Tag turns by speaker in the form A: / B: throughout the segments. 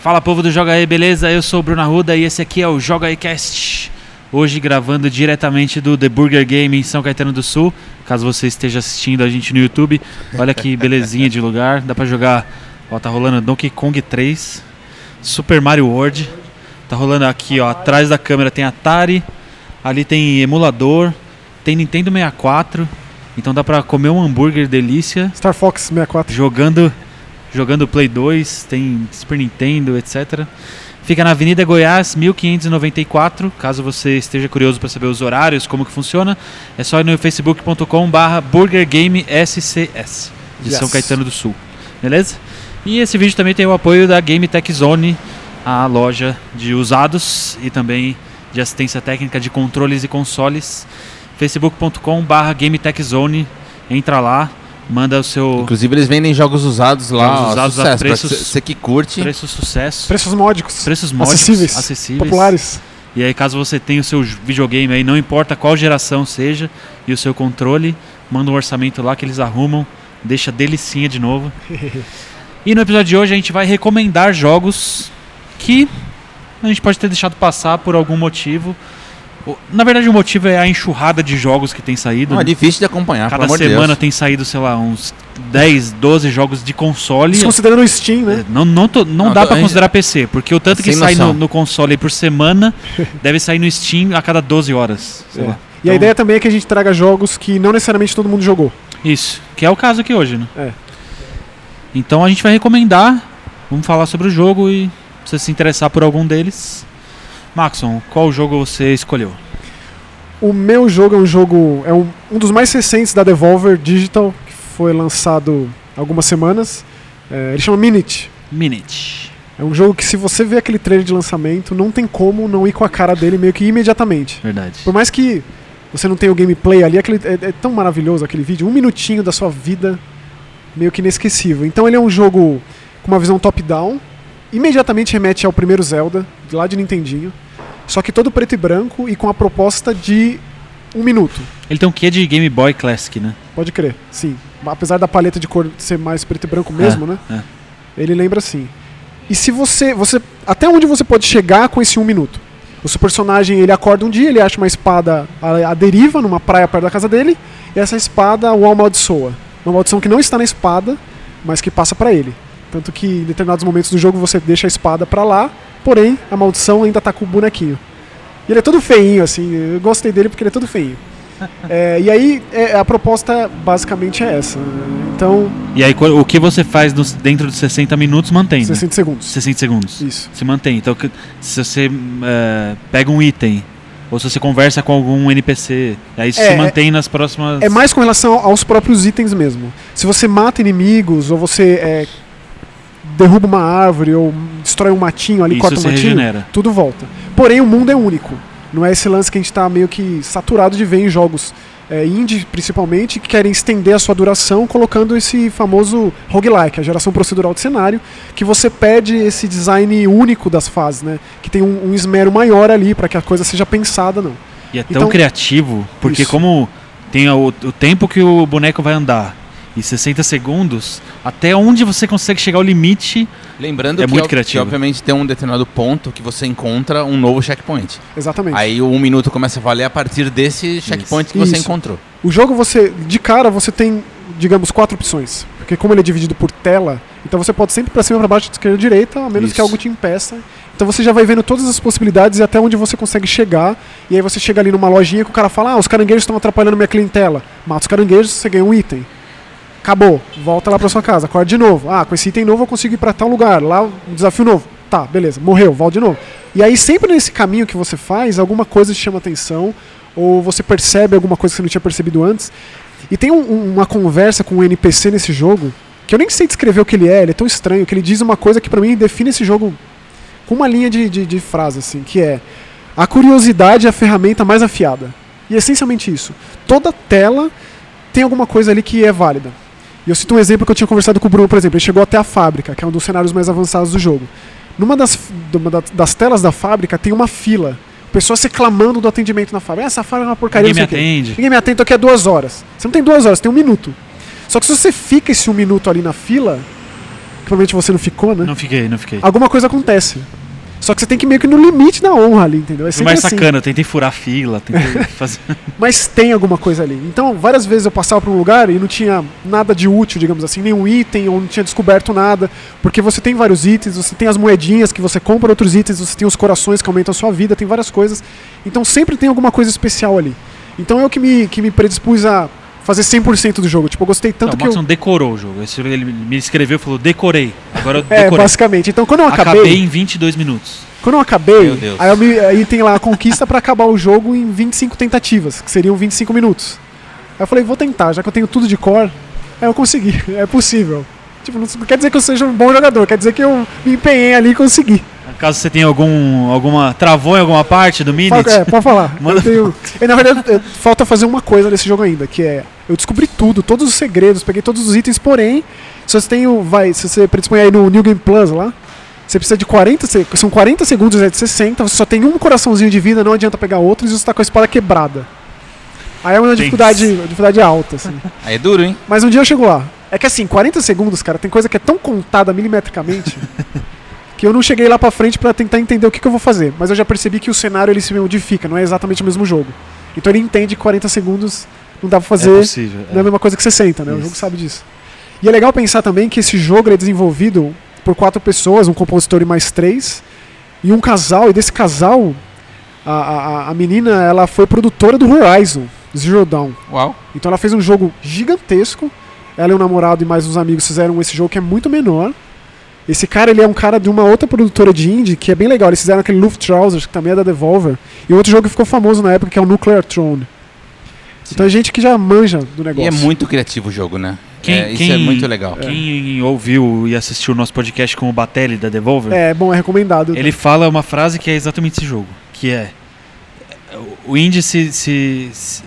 A: Fala povo do Joga aí, beleza? Eu sou o Bruno Arruda e esse aqui é o Joga aí Cast. Hoje gravando diretamente do The Burger Game em São Caetano do Sul. Caso você esteja assistindo a gente no YouTube, olha que belezinha de lugar. Dá pra jogar. Ó, tá rolando Donkey Kong 3, Super Mario World. Tá rolando aqui, ó, atrás da câmera tem Atari, ali tem emulador, tem Nintendo 64. Então dá pra comer um hambúrguer delícia
B: Star Fox 64.
A: jogando jogando Play 2, tem Super Nintendo, etc. Fica na Avenida Goiás, 1594. Caso você esteja curioso para saber os horários, como que funciona, é só ir no facebook.com/barra burgergamescs de
B: Yes.
A: São Caetano do Sul. Beleza? E esse vídeo também tem o apoio da Game Tech Zone, a loja de usados e também de assistência técnica de controles e consoles. facebook.com/barra Game Tech Zone. Entra lá, manda o seu
C: Inclusive eles vendem jogos usados lá,
A: Jogos
C: ó,
A: usados a
C: sucesso. pra
A: preços-
C: Você você que curte,
A: preço sucesso.
B: Preços módicos.
A: preços módicos,
B: Acessíveis.
A: acessíveis,
B: Populares.
A: E aí, caso você tenha o seu videogame aí, não importa qual geração seja, e o seu controle, manda um orçamento lá que eles arrumam, deixa delicinha de novo. e no episódio de hoje a gente vai recomendar jogos que a gente pode ter deixado passar por algum motivo. O- Na verdade, o motivo é a enxurrada de jogos que tem saído.
C: não, é
A: né?
C: difícil de acompanhar, pelo
A: Cada
C: amor de
A: semana
C: Deus.
A: tem saído, sei lá, uns 10, 12 jogos de console.
B: Desconsiderando o Steam, né?
A: É, Não, não, tô- não
C: Não,
A: dá
C: tô-
A: pra
C: a gente-
A: considerar PC, porque o tanto que
C: Sem
A: sai no,
C: noção.
A: no console por semana deve sair no Steam a cada 12 horas. sei
B: É.
A: lá.
B: E
A: Então-
B: a ideia também é que a gente traga jogos que não necessariamente todo mundo jogou.
A: Isso, que é o caso aqui hoje, né?
B: É.
A: Então a gente vai recomendar, vamos falar sobre o jogo e se você se interessar por algum deles. Maxon, qual jogo você escolheu?
B: O meu jogo é um jogo. É um, um dos mais recentes da Devolver Digital, que foi lançado há algumas semanas. É, ele chama Minute.
A: Minute.
B: É um jogo que, se você vê aquele trailer de lançamento, não tem como não ir com a cara dele meio que imediatamente.
A: Verdade.
B: Por mais que você não tenha o gameplay ali, aquele, é, é tão maravilhoso aquele vídeo. Um minutinho da sua vida meio que inesquecível. Então ele é um jogo com uma visão top-down. Imediatamente remete ao primeiro Zelda, de lá de Nintendinho. Só que todo preto e branco e com a proposta de um minuto.
A: Ele tem um quê de Game Boy Classic, né?
B: Pode crer, sim. Apesar da paleta de cor ser mais preto e branco mesmo, né? Ele lembra sim. E se você, você. Até onde você pode chegar com esse um minuto? O seu personagem ele acorda um dia, ele acha uma espada à, à deriva, numa praia perto da casa dele, e essa espada o amaldiçoa. Uma maldição que não está na espada, mas que passa pra ele. Tanto que em determinados momentos do jogo você deixa a espada pra lá, porém a maldição ainda tá com o bonequinho. E ele é todo feinho, assim. Eu gostei dele porque ele é todo feinho. É, e aí é, a proposta basicamente é essa. Então,
A: E aí co- o que você faz nos- dentro dos 60 minutos mantém, né?
B: 60 segundos.
A: 60 segundos.
B: Isso.
A: se mantém. Então, que- se você eh, pega um item, ou se você conversa com algum NPC, aí isso
B: É,
A: se mantém nas próximas.
B: É mais com relação aos próprios itens mesmo. Se você mata inimigos, ou você é, derruba uma árvore, ou destrói um matinho ali,
A: Isso
B: corta um
A: se
B: matinho,
A: regenera.
B: tudo volta. Porém, o mundo é único. Não é esse lance que a gente tá meio que saturado de ver em jogos é, indie, principalmente, que querem estender a sua duração colocando esse famoso roguelike, a geração procedural de cenário, que você pede esse design único das fases, né? Que tem um, um esmero maior ali para que a coisa seja pensada, não.
A: E é tão
B: Então-
A: criativo, porque
B: Isso.
A: como tem o, o tempo que o boneco vai andar e 60 segundos, até onde você consegue chegar o limite.
C: Lembrando
A: É
C: que,
A: muito
C: ob- que
A: criativo.
C: obviamente tem um determinado ponto que você encontra um novo checkpoint.
B: Exatamente.
C: Aí o um minuto começa a valer a partir desse checkpoint que você
B: Isso.
C: encontrou.
B: O jogo você, de cara, você tem, digamos, quatro opções. Porque como ele é dividido por tela, então você pode sempre pra cima, pra baixo, esquerda, direita, a menos
C: Isso.
B: que algo te impeça. Então você já vai vendo todas as possibilidades e até onde você consegue chegar. E aí você chega ali numa lojinha que o cara fala: "Ah, os caranguejos estão atrapalhando minha clientela". Mata os caranguejos, você ganha um item. Acabou. Volta lá pra sua casa, acorda de novo. Ah, com esse item novo eu consigo ir pra tal lugar. Lá um desafio novo. Tá, beleza. Morreu, volta de novo. E aí sempre nesse caminho que você faz, alguma coisa te chama atenção ou você percebe alguma coisa que você não tinha percebido antes. E tem um- um- uma conversa com um NPC nesse jogo que eu nem sei descrever o que ele é. Ele é tão estranho que ele diz uma coisa que pra mim define esse jogo com uma linha de, de, de frase assim, que é a curiosidade é a ferramenta mais afiada. E é essencialmente isso. Toda tela tem alguma coisa ali que é válida. E eu cito um exemplo que eu tinha conversado com o Bruno, por exemplo. Ele chegou até a fábrica, que é um dos cenários mais avançados do jogo. Numa das, de uma da- das telas da fábrica tem uma fila. Pessoas reclamando do atendimento na fábrica. "Ah, Essa fábrica é uma porcaria,
A: Ninguém
B: não sei
A: me
B: o quê."
A: atende.
B: Ninguém me atende, tô aqui há duas horas. Você não tem duas horas, tem um minuto. Só que se você fica esse um minuto ali na fila, provavelmente você não ficou, né?
A: Não fiquei, não fiquei.
B: Alguma coisa acontece. Só que você tem que ir meio que no limite da honra ali, entendeu? É
A: Foi
B: sempre
A: mais
B: assim.
A: sacana, eu tentei furar fila, tentei fazer.
B: Mas tem alguma coisa ali. Então, várias vezes eu passava por um lugar e não tinha nada de útil, digamos assim, nenhum item, ou não tinha descoberto nada. Porque você tem vários itens, você tem as moedinhas que você compra outros itens, você tem os corações que aumentam a sua vida, tem várias coisas. Então sempre tem alguma coisa especial ali. Então eu que me, que me predispus a fazer 100% do jogo. Tipo, eu gostei tanto
A: não, o
B: que eu.
A: Max não decorou o jogo. Esse- Ele me escreveu e falou, decorei. Agora eu
B: É,
A: decorei.
B: basicamente. Então quando eu
A: acabei...
B: acabei.
A: em 22 minutos.
B: Quando eu acabei,
C: Meu Deus.
B: aí, eu me- aí tem lá a conquista pra acabar o jogo em 25 tentativas, que seriam 25 minutos. Aí eu falei, vou tentar, já que eu tenho tudo de cor, aí eu consegui, é possível. Tipo, não não quer dizer que eu seja um bom jogador, quer dizer que eu me empenhei ali e consegui.
A: Caso você tenha algum, alguma... Travou em alguma parte do Minit?
B: Fala- é, pode falar. Eu
A: Manda-
B: tenho- eu, na verdade, eu- falta fazer uma coisa nesse jogo ainda, que é. Eu descobri tudo, todos os segredos, peguei todos os itens, porém, se você tem o. Vai, se você predispõe aí no New Game Plus lá, você precisa de 40 se- São 40 segundos né, de 60, você só tem um coraçãozinho de vida, não adianta pegar outro, e você tá com a espada quebrada. Aí é uma
A: Thanks.
B: dificuldade, uma dificuldade alta, assim.
C: Aí é duro, hein?
B: Mas um dia eu chego lá. É que assim, 40 segundos, cara, tem coisa que é tão contada milimetricamente que eu não cheguei lá pra frente pra tentar entender o que, que eu vou fazer. Mas eu já percebi que o cenário ele se modifica, não é exatamente o mesmo jogo. Então ele entende que 40 segundos não dá pra
A: É
B: fazer
A: possível.
B: não é a mesma coisa que 60, né? O
A: Isso.
B: jogo sabe disso. E é legal pensar também que esse jogo ele é desenvolvido por quatro pessoas, um compositor e mais três, e um casal, e desse casal, a, a, a- a menina ela foi produtora do Horizon Zero Dawn.
C: Uau.
B: Então ela fez um jogo gigantesco. Ela e o namorado e mais uns amigos fizeram esse jogo que é muito menor. Esse cara, ele é um cara de uma outra produtora de indie, que é bem legal. Eles fizeram aquele Luft Trousers, que também é da Devolver. E outro jogo que ficou famoso na época, que é o Nuclear Throne. Então é gente que já manja do negócio.
C: E é muito criativo o jogo, né?
A: Quem-
C: É, isso
A: quem-
C: é muito legal.
A: Quem ouviu e assistiu o nosso podcast com o Batelli da Devolver,
B: É, bom, é recomendado.
A: ele fala uma frase que é exatamente esse jogo, que é o indie se, se- se-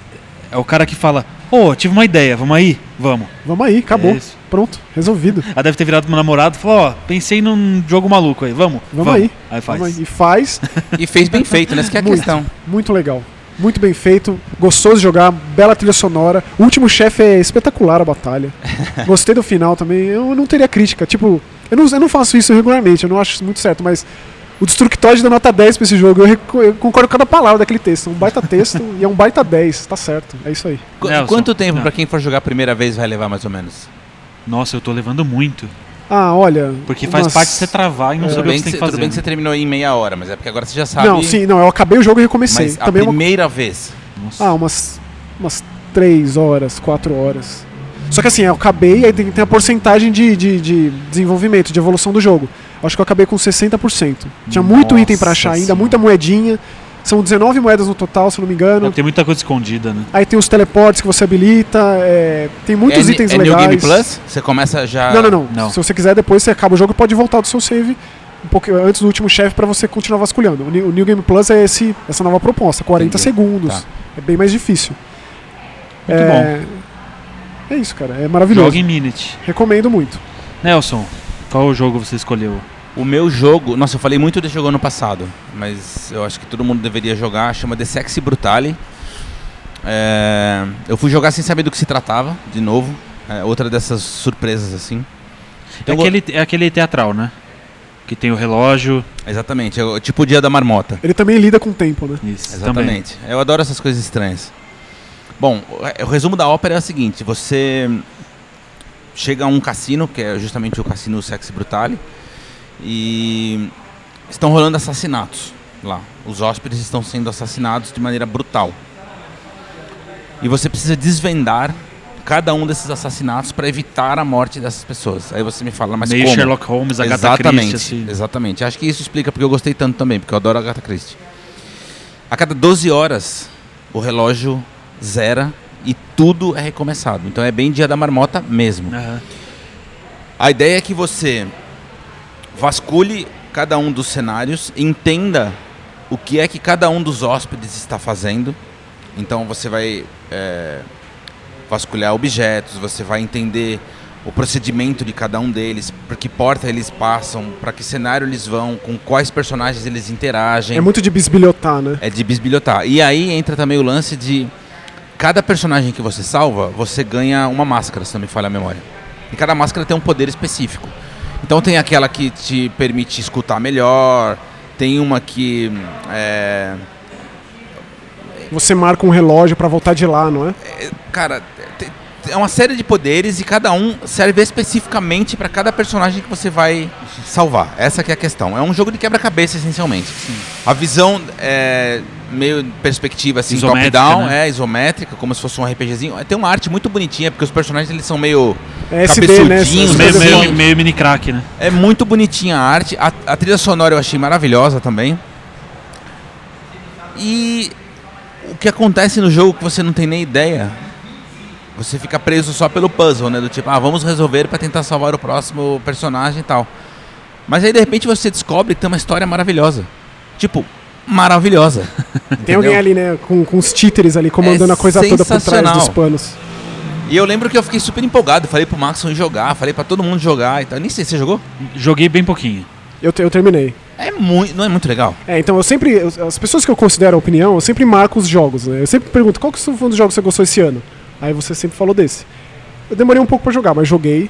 A: é o cara que fala, ô, tive uma ideia, vamos aí? Vamos.
B: Vamos aí, acabou.
A: É isso.
B: Pronto, resolvido.
A: Ela deve ter virado meu namorado e falou, ó, pensei num jogo maluco aí, vamos.
B: Vamos aí.
A: Aí faz.
B: Vamos aí. E faz,
C: E fez bem feito, né? Essa que é a
B: Muito.
C: questão.
B: muito legal. Muito bem feito, gostoso de jogar, bela trilha sonora. O último chefe é espetacular a batalha. Gostei do final também. Eu não teria crítica. Tipo, eu não, eu não faço isso regularmente, eu não acho isso muito certo, mas o Destructoid deu nota 10 pra esse jogo. Eu, reco- eu concordo com cada palavra daquele texto. É Um baita texto e é um baita 10, tá certo. É isso aí.
C: Qu-
A: Nelson.
C: Quanto tempo
A: Não.
C: pra quem for jogar a primeira vez vai levar, mais ou menos?
A: Nossa, eu tô levando muito.
B: Ah, olha.
A: Porque faz
B: umas-
A: parte de você travar e não
B: É.
A: saber o
C: bem
A: que você tem
C: cê-
A: que fazer.
C: tudo bem
A: né?
C: que você terminou em meia hora, mas é porque agora você já sabe.
B: Não, sim, não. Eu acabei o jogo e recomecei.
C: Mas a
B: também é uma
C: primeira vez.
A: né? Nossa.
B: Ah, umas, umas 3 horas, 4 horas. Só que assim, eu acabei, aí tem, tem a porcentagem de, de, de desenvolvimento, de evolução do jogo. Acho que eu acabei com 60%. Tinha muito
A: Nossa
B: item pra achar ainda,
A: Senhora.
B: muita moedinha. São 19 moedas no total, se eu não me engano.
A: Não,
C: É.
A: tem muita coisa escondida, né?
B: Aí tem os teleportes que você habilita, é, tem muitos
C: é,
B: itens
C: é
B: legais.
C: New Game Plus? Você começa já...
B: Não, não, não,
A: Não.
B: Se você quiser, depois você acaba o jogo e pode voltar do seu save um pouquinho antes do último chefe pra você continuar vasculhando. O New, o New Game Plus é esse, essa nova proposta, 40
C: Entendi.
B: segundos.
C: Tá.
B: É bem mais difícil.
A: Muito bom.
B: É isso, cara. É maravilhoso.
A: Joga em Minute.
B: Recomendo muito.
A: Nelson, qual jogo você escolheu?
C: O meu jogo... Nossa, eu falei muito desse jogo ano passado. Mas eu acho que todo mundo deveria jogar. Chama The Sexy Brutale. É, Eu fui jogar sem saber do que se tratava, de novo. É, outra dessas surpresas, assim.
A: É
C: Eu go-
A: aquele, é aquele teatral, né? Que tem o relógio.
C: Exatamente. É o- tipo o Dia da Marmota.
B: Ele também lida com o tempo, né?
A: Isso, também.
C: Exatamente. Eu adoro essas coisas estranhas. Bom, o- é- o resumo da ópera é o seguinte: você chega a um cassino, que é justamente o cassino Sex Brutale, e estão rolando assassinatos lá. Os hóspedes estão sendo assassinados de maneira brutal. E você precisa desvendar cada um desses assassinatos para evitar a morte dessas pessoas. Aí você me fala, mas
A: Meio
C: como?
A: Sherlock Holmes, Agatha
C: exatamente,
A: Christie, assim.
C: Exatamente. Acho que isso explica porque eu gostei tanto também, porque eu adoro Agatha Christie. A cada 12 horas, o relógio zera e tudo é recomeçado. Então é bem dia da marmota mesmo.
A: Aham.
C: A ideia é que você vasculhe cada um dos cenários, entenda o que é que cada um dos hóspedes está fazendo. Então você vai é, vasculhar objetos, você vai entender o procedimento de cada um deles, por que porta eles passam, para que cenário eles vão, com quais personagens eles interagem.
B: É muito de bisbilhotar, né?
C: É de bisbilhotar. E aí entra também o lance de cada personagem que você salva, você ganha uma máscara, se não me falha a memória. E cada máscara tem um poder específico. Então tem aquela que te permite escutar melhor, tem uma que. hum, é,
B: Você marca um relógio pra voltar de lá, não é?
C: é, cara, te- te- é uma série de poderes e cada um serve especificamente para cada personagem que você vai salvar. Essa que é a questão. É um jogo de quebra-cabeça, essencialmente. A visão é meio perspectiva, assim,
A: Isométrica,
C: top-down,
A: né?
C: é isométrica, como se fosse um RPGzinho. É, Tem uma arte muito bonitinha, porque os personagens eles são meio
B: É SD, né?
C: Cabeçudinhos,
B: Essas
A: Meio,
B: coisas
A: meio-
B: assim.
A: meio mini crack, né?
C: É muito bonitinha a arte. A, a trilha sonora eu achei maravilhosa também. E o que acontece no jogo que você não tem nem ideia. Você fica preso só pelo puzzle, né? Do tipo, ah, vamos resolver para tentar salvar o próximo personagem e tal. Mas aí de repente você descobre que tem uma história maravilhosa. Tipo, maravilhosa.
B: Tem
C: Entendeu?
B: alguém ali, né? Com, com os títeres ali comandando
C: É
B: a coisa toda por trás
C: sensacional.
B: dos panos.
C: E eu lembro que eu fiquei super empolgado. Falei pro Maxon ir jogar, falei para todo mundo jogar e tal. Nem sei, você jogou?
A: Joguei bem pouquinho.
B: Eu, te- eu terminei.
C: É muito. Não é muito legal?
B: É, então eu sempre. eu- As pessoas que eu considero a opinião, eu sempre marco os jogos, né? Eu sempre pergunto qual que foi um dos jogos que você gostou esse ano. Aí você sempre falou desse. Eu demorei um pouco pra jogar, mas joguei.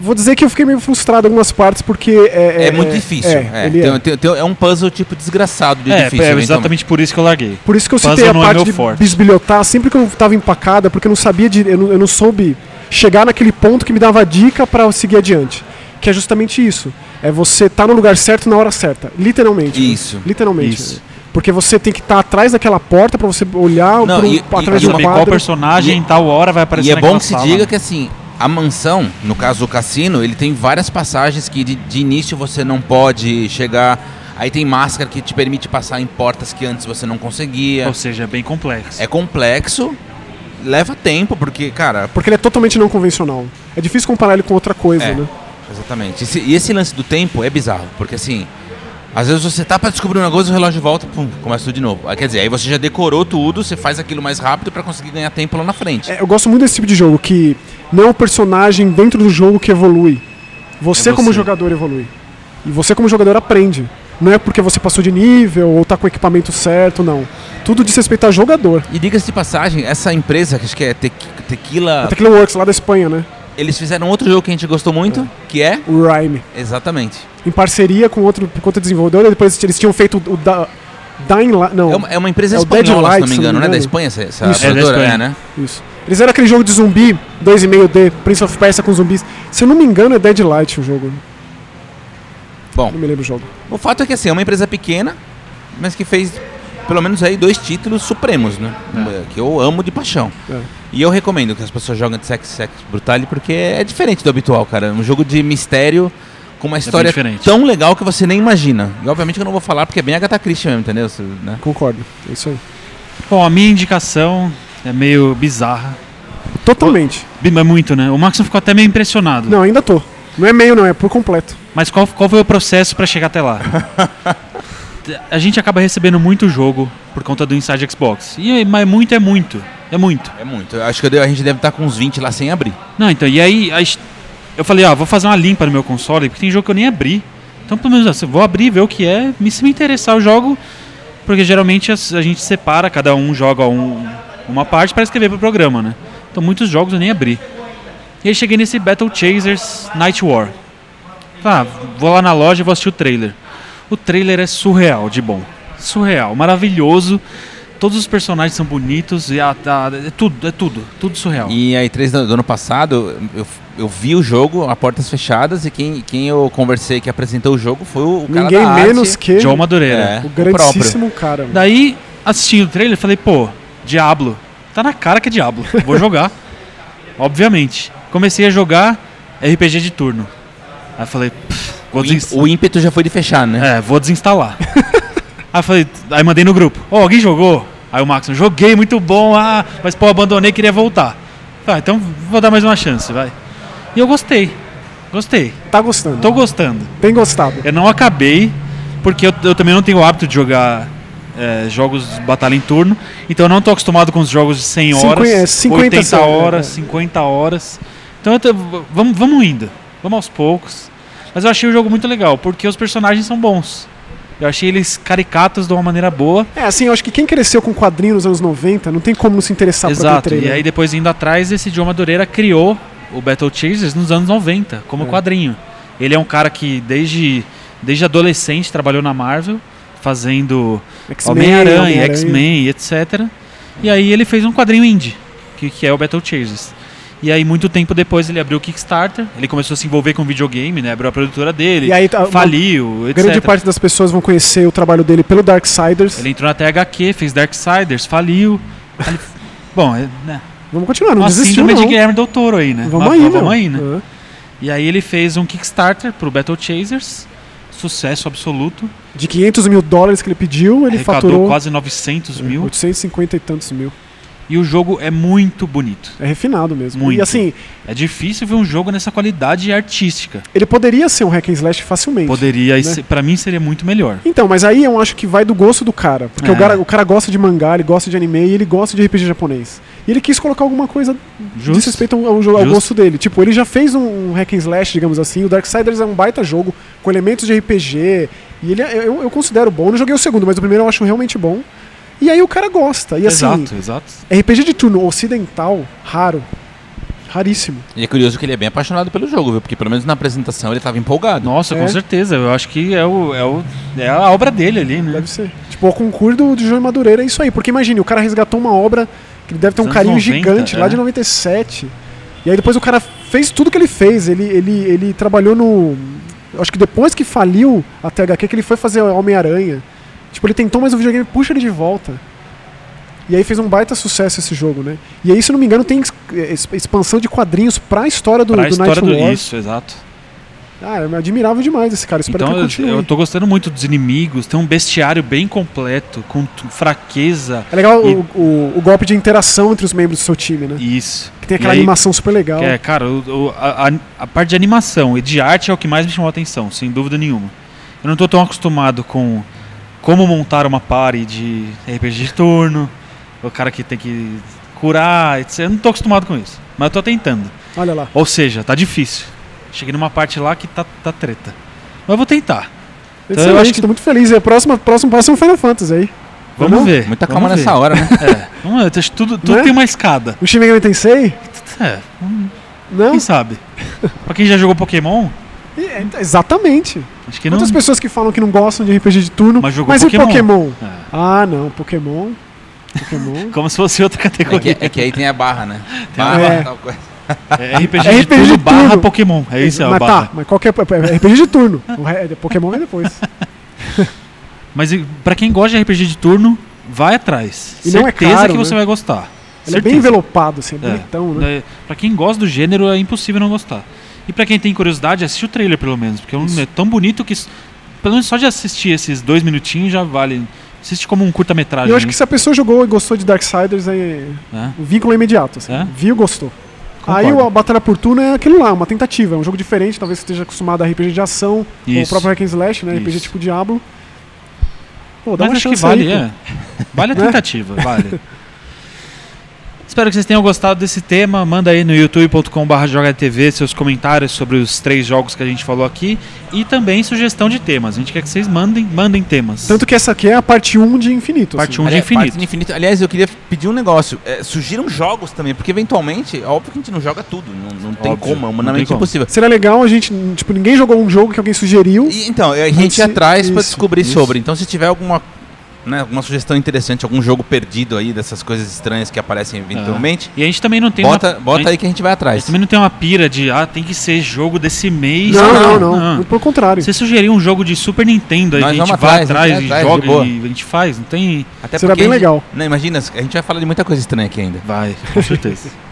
B: Vou dizer que eu fiquei meio frustrado em algumas partes porque. É,
C: É, muito difícil. É,
B: ele é.
C: Tem- tem- tem- é um puzzle tipo desgraçado de
A: é,
C: difícil. né? Então,
A: é
C: eventualmente.
A: exatamente por isso que eu larguei.
B: Por isso que eu
A: Puzzle
B: citei a
A: não é
B: parte
A: meu
B: de
A: forte.
B: bisbilhotar sempre que eu tava empacada, porque eu não sabia, de, eu, não, eu não soube chegar naquele ponto que me dava a dica pra eu seguir adiante. Que é justamente isso. É você tá no lugar certo na hora certa. Literalmente. né?
C: Isso.
B: Literalmente.
A: Isso.
B: né? Porque você tem que estar atrás daquela porta pra você olhar
C: Não,
B: pro-
C: e- e-
B: através
C: e
B: do
C: uma-
A: Saber qual
B: quadro.
A: personagem em tal hora vai aparecer
C: E é
A: naquela
C: bom que se
A: sala.
C: diga que assim, a mansão, no caso o cassino, ele tem várias passagens que de, de início você não pode chegar. Aí tem máscara que te permite passar em portas que antes você não conseguia.
A: Ou seja, é bem complexo.
C: É complexo, leva tempo, porque, cara.
B: Porque ele é totalmente não convencional. É difícil comparar ele com outra coisa,
C: É.
B: né?
C: Exatamente. Esse- e esse lance do tempo é bizarro, porque assim, às vezes você tá pra descobrir um negócio, o relógio volta, pum, começa tudo de novo. Aí, quer dizer, aí você já decorou tudo, você faz aquilo mais rápido pra conseguir ganhar tempo lá na frente.
B: É, eu gosto muito desse tipo de jogo, que não é o personagem dentro do jogo que evolui. Você,
A: É você.
B: como jogador evolui. E você como jogador aprende. Não é porque você passou de nível ou tá com o equipamento certo, não. Tudo diz respeito a jogador.
C: E diga-se de passagem, essa empresa, que acho que é Tequi- Tequila,
B: Até que Works lá da Espanha, né?
C: eles fizeram outro jogo que a gente gostou muito, que é.
B: O Rhyme.
C: Exatamente.
B: Em parceria com outro, com outro desenvolvedor, e depois eles tinham feito o da, Dying Light. Não,
C: É uma, é uma empresa
B: É o Dead
C: espanhola, se
B: Light,
C: não me
B: se não
C: engano,
B: me
C: né? Da
B: engano.
C: Espanha, essa, essa
A: Isso. É, da
C: produtora,
A: Espanha.
C: é, né?
B: isso. Eles eram aquele jogo de zumbi 2,5D, Prince of Persia com zumbis. Se eu não me engano, é Dead Light o jogo.
C: Bom,
B: Não me lembro o jogo.
C: o fato é que assim, é uma empresa pequena, mas que fez pelo menos aí dois títulos supremos, né? Que eu amo de paixão.
B: É.
C: E eu recomendo que as pessoas joguem de Sex Sex Brutale porque é diferente do habitual, cara. É um jogo de mistério com
B: É
C: uma história
A: diferente.
C: tão legal que você nem imagina. E obviamente que eu não vou falar porque é bem Agatha Christie mesmo, entendeu? Você- né?
B: Concordo. É isso aí.
A: Bom, a minha indicação é meio bizarra.
B: Totalmente.
A: Bimba muito, né? O Maxon ficou até meio impressionado.
B: Não, ainda tô. Não é meio, não, é por completo.
A: Mas qual, qual foi o processo para chegar até lá? a gente acaba recebendo muito jogo por conta do Inside Xbox. E é- mas muito é muito. É muito.
C: É muito. Eu acho que eu devo- a gente deve estar com uns 20 lá sem abrir.
A: Não, então, e aí a gente- eu falei, ó, vou fazer uma limpa no meu console, porque tem jogo que eu nem abri. Então, pelo menos, assim, vou abrir, ver o que é, e se me interessar eu jogo, porque geralmente as- a, gente separa, cada um joga um- uma parte para escrever pro programa, né? Então, muitos jogos eu nem abri. E aí cheguei nesse Battle Chasers Night War. Tá, vou lá na loja e vou assistir o trailer. O trailer é surreal de bom. Surreal, maravilhoso. Todos os personagens são bonitos e a- a- é tudo, é tudo, tudo surreal.
C: E aí, três do, do ano passado, eu, eu vi o jogo a portas fechadas e quem, quem eu conversei que apresentou o jogo foi o, o cara
B: Ninguém
C: da arte.
B: menos que
A: João Madureira.
C: É,
B: o
C: o
B: grandíssimo cara. mano.
A: Daí, assistindo o trailer, falei, pô, Diablo. Tá na cara que é Diablo. Vou jogar. Obviamente. Comecei a jogar RPG de turno. Aí falei, "Pff, vou,
C: O, ímp-
A: desin-
C: o ímpeto já foi de fechar, né?
A: é, vou desinstalar. aí falei, aí mandei no grupo. Ó, alguém jogou? Aí o Max, joguei, muito bom, ah, mas pô, abandonei, queria voltar. Tá, então vou dar mais uma chance, vai. E eu gostei. Gostei.
B: Tá gostando.
A: Tô gostando.
B: Tem gostado.
A: Eu não acabei, porque eu, eu também não tenho o hábito de jogar é, jogos de batalha em turno, então eu não tô acostumado com os jogos de 100
B: Cinquen-
A: horas,
B: é, 50
A: 80
B: são,
A: horas,
B: é, é.
A: 50 horas. Então eu tô- v- vamos, vamos indo, vamos aos poucos. Mas eu achei o jogo muito legal, porque os personagens são bons. Eu achei eles caricatos de uma maneira boa.
B: É, assim, eu acho que quem cresceu com quadrinho nos anos 90 não tem como não se interessar por
A: Exato.
B: aquele
A: E aí
B: trailer.
A: depois indo atrás, esse João Madureira criou o Battle Chasers nos anos 90, como
B: É.
A: quadrinho. Ele é um cara que desde, desde adolescente trabalhou na Marvel, fazendo Homem-Aranha, X-Men, etc. E aí ele fez um quadrinho indie, que, que é o Battle Chasers. E aí, muito tempo depois, ele abriu o Kickstarter, ele começou a se envolver com videogame, né? Abriu a produtora dele,
B: E aí, tá- uma
A: faliu, etc.
B: Grande parte das pessoas vão conhecer o trabalho dele pelo Darksiders.
A: Ele entrou na THQ, fez Darksiders, faliu. Aí ele- Bom, é, né?
B: Vamos continuar, não
A: Uma
B: desistiu
A: síndrome
B: não.
A: de Guilherme Del Toro aí, né?
B: Vamos
A: Mas-
B: aí,
A: mas
B: meu.
A: vamos aí, né?
B: Ah.
A: E aí ele fez um Kickstarter pro Battle Chasers, sucesso absoluto.
B: De 500 mil dólares que ele pediu, ele
A: arrecadou
B: faturou É,
A: quase 900 mil.
B: 850 e tantos mil.
A: E o jogo é muito bonito.
B: É refinado mesmo.
A: Muito.
B: E assim,
A: É difícil ver um jogo nessa qualidade artística.
B: ele poderia ser um hack and slash facilmente.
A: Poderia, e
B: né?
A: se- pra mim seria muito melhor.
B: Então, mas aí eu acho que vai do gosto do cara. Porque
A: É.
B: o, cara, o cara gosta de mangá, ele gosta de anime e ele gosta de RPG japonês. E ele quis colocar alguma coisa
A: Justo.
B: diz respeito ao, ao, jogo- ao
A: Justo.
B: gosto dele. Tipo, ele já fez um, um hack and slash, digamos assim. O Darksiders é um baita jogo, com elementos de RPG. E ele é- eu, eu considero bom. Eu não joguei o segundo, mas o primeiro eu acho realmente bom. E aí o cara gosta. E assim,
A: Exato, exato.
B: RPG de turno ocidental, raro. Raríssimo.
C: E é curioso que ele é bem apaixonado pelo jogo, viu? Porque pelo menos na apresentação ele tava empolgado.
A: Nossa, com
B: É.
A: certeza. Eu acho que é, o, é, o, é a obra dele ali, né?
B: Deve ser. Tipo, o concurso do, do João Madureira é isso aí. Porque imagine, o cara resgatou uma obra que ele deve ter um
A: Dos anos
B: carinho
A: 90,
B: gigante, lá
A: é.
B: de 97. E aí depois o cara fez tudo que ele fez. Ele, ele, ele trabalhou no. eu Acho que depois que faliu a THQ, que ele foi fazer Homem-Aranha. Tipo, ele tentou, mas o videogame puxa ele de volta. E aí fez um baita sucesso esse jogo, né? E aí, se eu não me engano, tem ex- ex- expansão de quadrinhos pra história do,
A: pra
B: do
A: história
B: Night
A: do
B: Wars.
A: isso, exato.
B: Ah, é admirável demais esse cara. Espero que
A: então
B: ele
A: eu,
B: continue.
A: eu tô gostando muito dos inimigos, tem um bestiário bem completo, com t- fraqueza.
B: É legal
A: E-
B: o, o- o golpe de interação entre os membros do seu time, né?
A: Isso.
B: Que tem aquela
A: E aí-
B: animação super
C: Então,
B: legal.
A: Que é, cara, o- o- a, a- a parte de animação e de arte é o que mais me chamou a atenção, sem dúvida nenhuma. Eu não tô tão acostumado com como montar uma party de RPG de turno, o cara que tem que curar, etc. Eu não tô acostumado com isso, mas eu tô tentando.
B: Olha lá.
A: Ou seja, tá difícil. Cheguei numa parte lá que tá, tá treta. Mas eu vou tentar.
B: Excelente,
A: eu acho que-
B: tô muito feliz. É, próximo, próximo passo é um Final Fantasy aí.
A: Vamos
B: Não?
A: ver.
C: Muita
A: vamos
C: calma
A: ver.
C: nessa hora, né?
A: É, vamos ver. acho que Tudo, tudo
B: Né?
A: tem uma escada.
B: O Shin Megami Tensei?
A: É,
B: Não?
A: quem sabe? pra quem já jogou Pokémon,
B: E- é, exatamente.
A: acho que não.
B: Quantas pessoas que falam que não gostam de RPG de turno,
A: Mas
B: mas,
A: jogou
B: e
A: Pokémon?
B: Pokémon?
A: É,
B: Ah, não. Pokémon... Pokémon...
A: como se fosse outra
C: É que,
A: categoria.
C: é que aí tem a barra, né?
A: Tem a
C: Barra,
B: barra.
C: tal coisa.
A: É RPG,
B: É
A: de,
B: RPG
A: tudo
B: de
A: barra
B: tudo.
A: Pokémon. É isso, é
B: mas
A: a barra.
B: tá, mas qual que é, é RPG de turno. O re- é, Pokémon vem depois.
A: Mas e- pra quem gosta de RPG de turno, vai atrás.
B: E
A: Certeza
B: não é caro,
A: que
B: né?
A: você vai gostar.
B: Ele é bem
A: Certeza.
B: envelopado, assim, é bonitão, né?
A: É, Pra quem gosta do gênero, é impossível não gostar. E pra quem tem curiosidade, assiste o trailer pelo menos, porque é um-
B: Isso.
A: é tão bonito que s- pelo menos só de assistir esses dois minutinhos já vale. Assiste como um
B: E
A: curta-metragem.
B: eu acho
A: né?
B: que se a pessoa jogou e gostou de Darksiders, aí
A: Né?
B: O vínculo é imediato, assim.
A: É?
B: Viu, gostou.
A: Concordo.
B: Aí o- a Batalha por Turno é aquilo lá, uma tentativa, é um jogo diferente, talvez você esteja acostumado a RPG de ação, ou o
A: Isso.
B: próprio Hack and Slash, né? RPG
A: Isso.
B: tipo Diablo. Pô, dá
A: Mas
B: uma
A: acho que
B: chance
A: vale,
B: aí, pô. Né?
A: é. Vale a tentativa, vale. Espero que vocês tenham gostado desse tema. Manda aí no youtube.com.br jogatv seus comentários sobre os três jogos que a gente falou aqui e também sugestão de temas. A gente quer que vocês mandem, mandem temas.
B: Tanto que essa aqui é a parte 1 de Infinito.
A: Parte
B: assim.
A: um de
C: Aliás,
A: infinito.
C: parte É, de infinito. Aliás, eu queria pedir um negócio. É, surgiram jogos também, porque eventualmente, é óbvio que a gente não joga tudo. Não, não tem
A: Óbvio,
C: como, é
A: não
C: humanamente
A: tem como.
C: impossível.
B: Seria legal a gente, tipo, ninguém jogou um jogo que alguém sugeriu.
C: E, então, a
B: Mas
C: gente ia
B: se-
C: atrás pra
B: isso,
C: descobrir
A: isso.
C: sobre. Então, se tiver alguma, né, alguma sugestão interessante, algum jogo perdido aí, dessas coisas estranhas que aparecem eventualmente,
A: E a gente também não Ah. tem
C: bota,
A: uma, a
C: bota
A: gente-
C: aí que a gente
A: a
C: vai atrás.
A: gente também não tem uma pira de ah, tem que ser jogo desse mês.
B: Não, não,
A: Ah.
B: não, Pelo contrário.
A: Você sugeriu um jogo de Super Nintendo aí
C: Nós
A: que a gente
C: vamos
A: vai
C: atrás,
A: atrás,
C: a gente vai
A: e
C: atrás, de
A: joga
C: boa.
A: e a gente faz, não tem.
C: Até
B: Será
C: porque
B: bem
C: a gente-
B: legal.
C: Não, imagina, a gente vai falar de muita coisa estranha aqui ainda.
A: Vai, com certeza.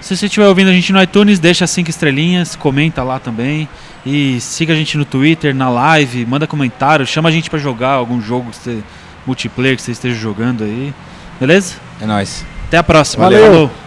A: Se você estiver ouvindo a gente no iTunes, deixa cinco estrelinhas, comenta lá também. E siga a gente no Twitter, na live, manda comentário, chama a gente pra jogar algum jogo que você, multiplayer que você esteja jogando aí. Beleza?
C: É nóis.
A: Até a próxima.
B: Valeu.
A: Falou.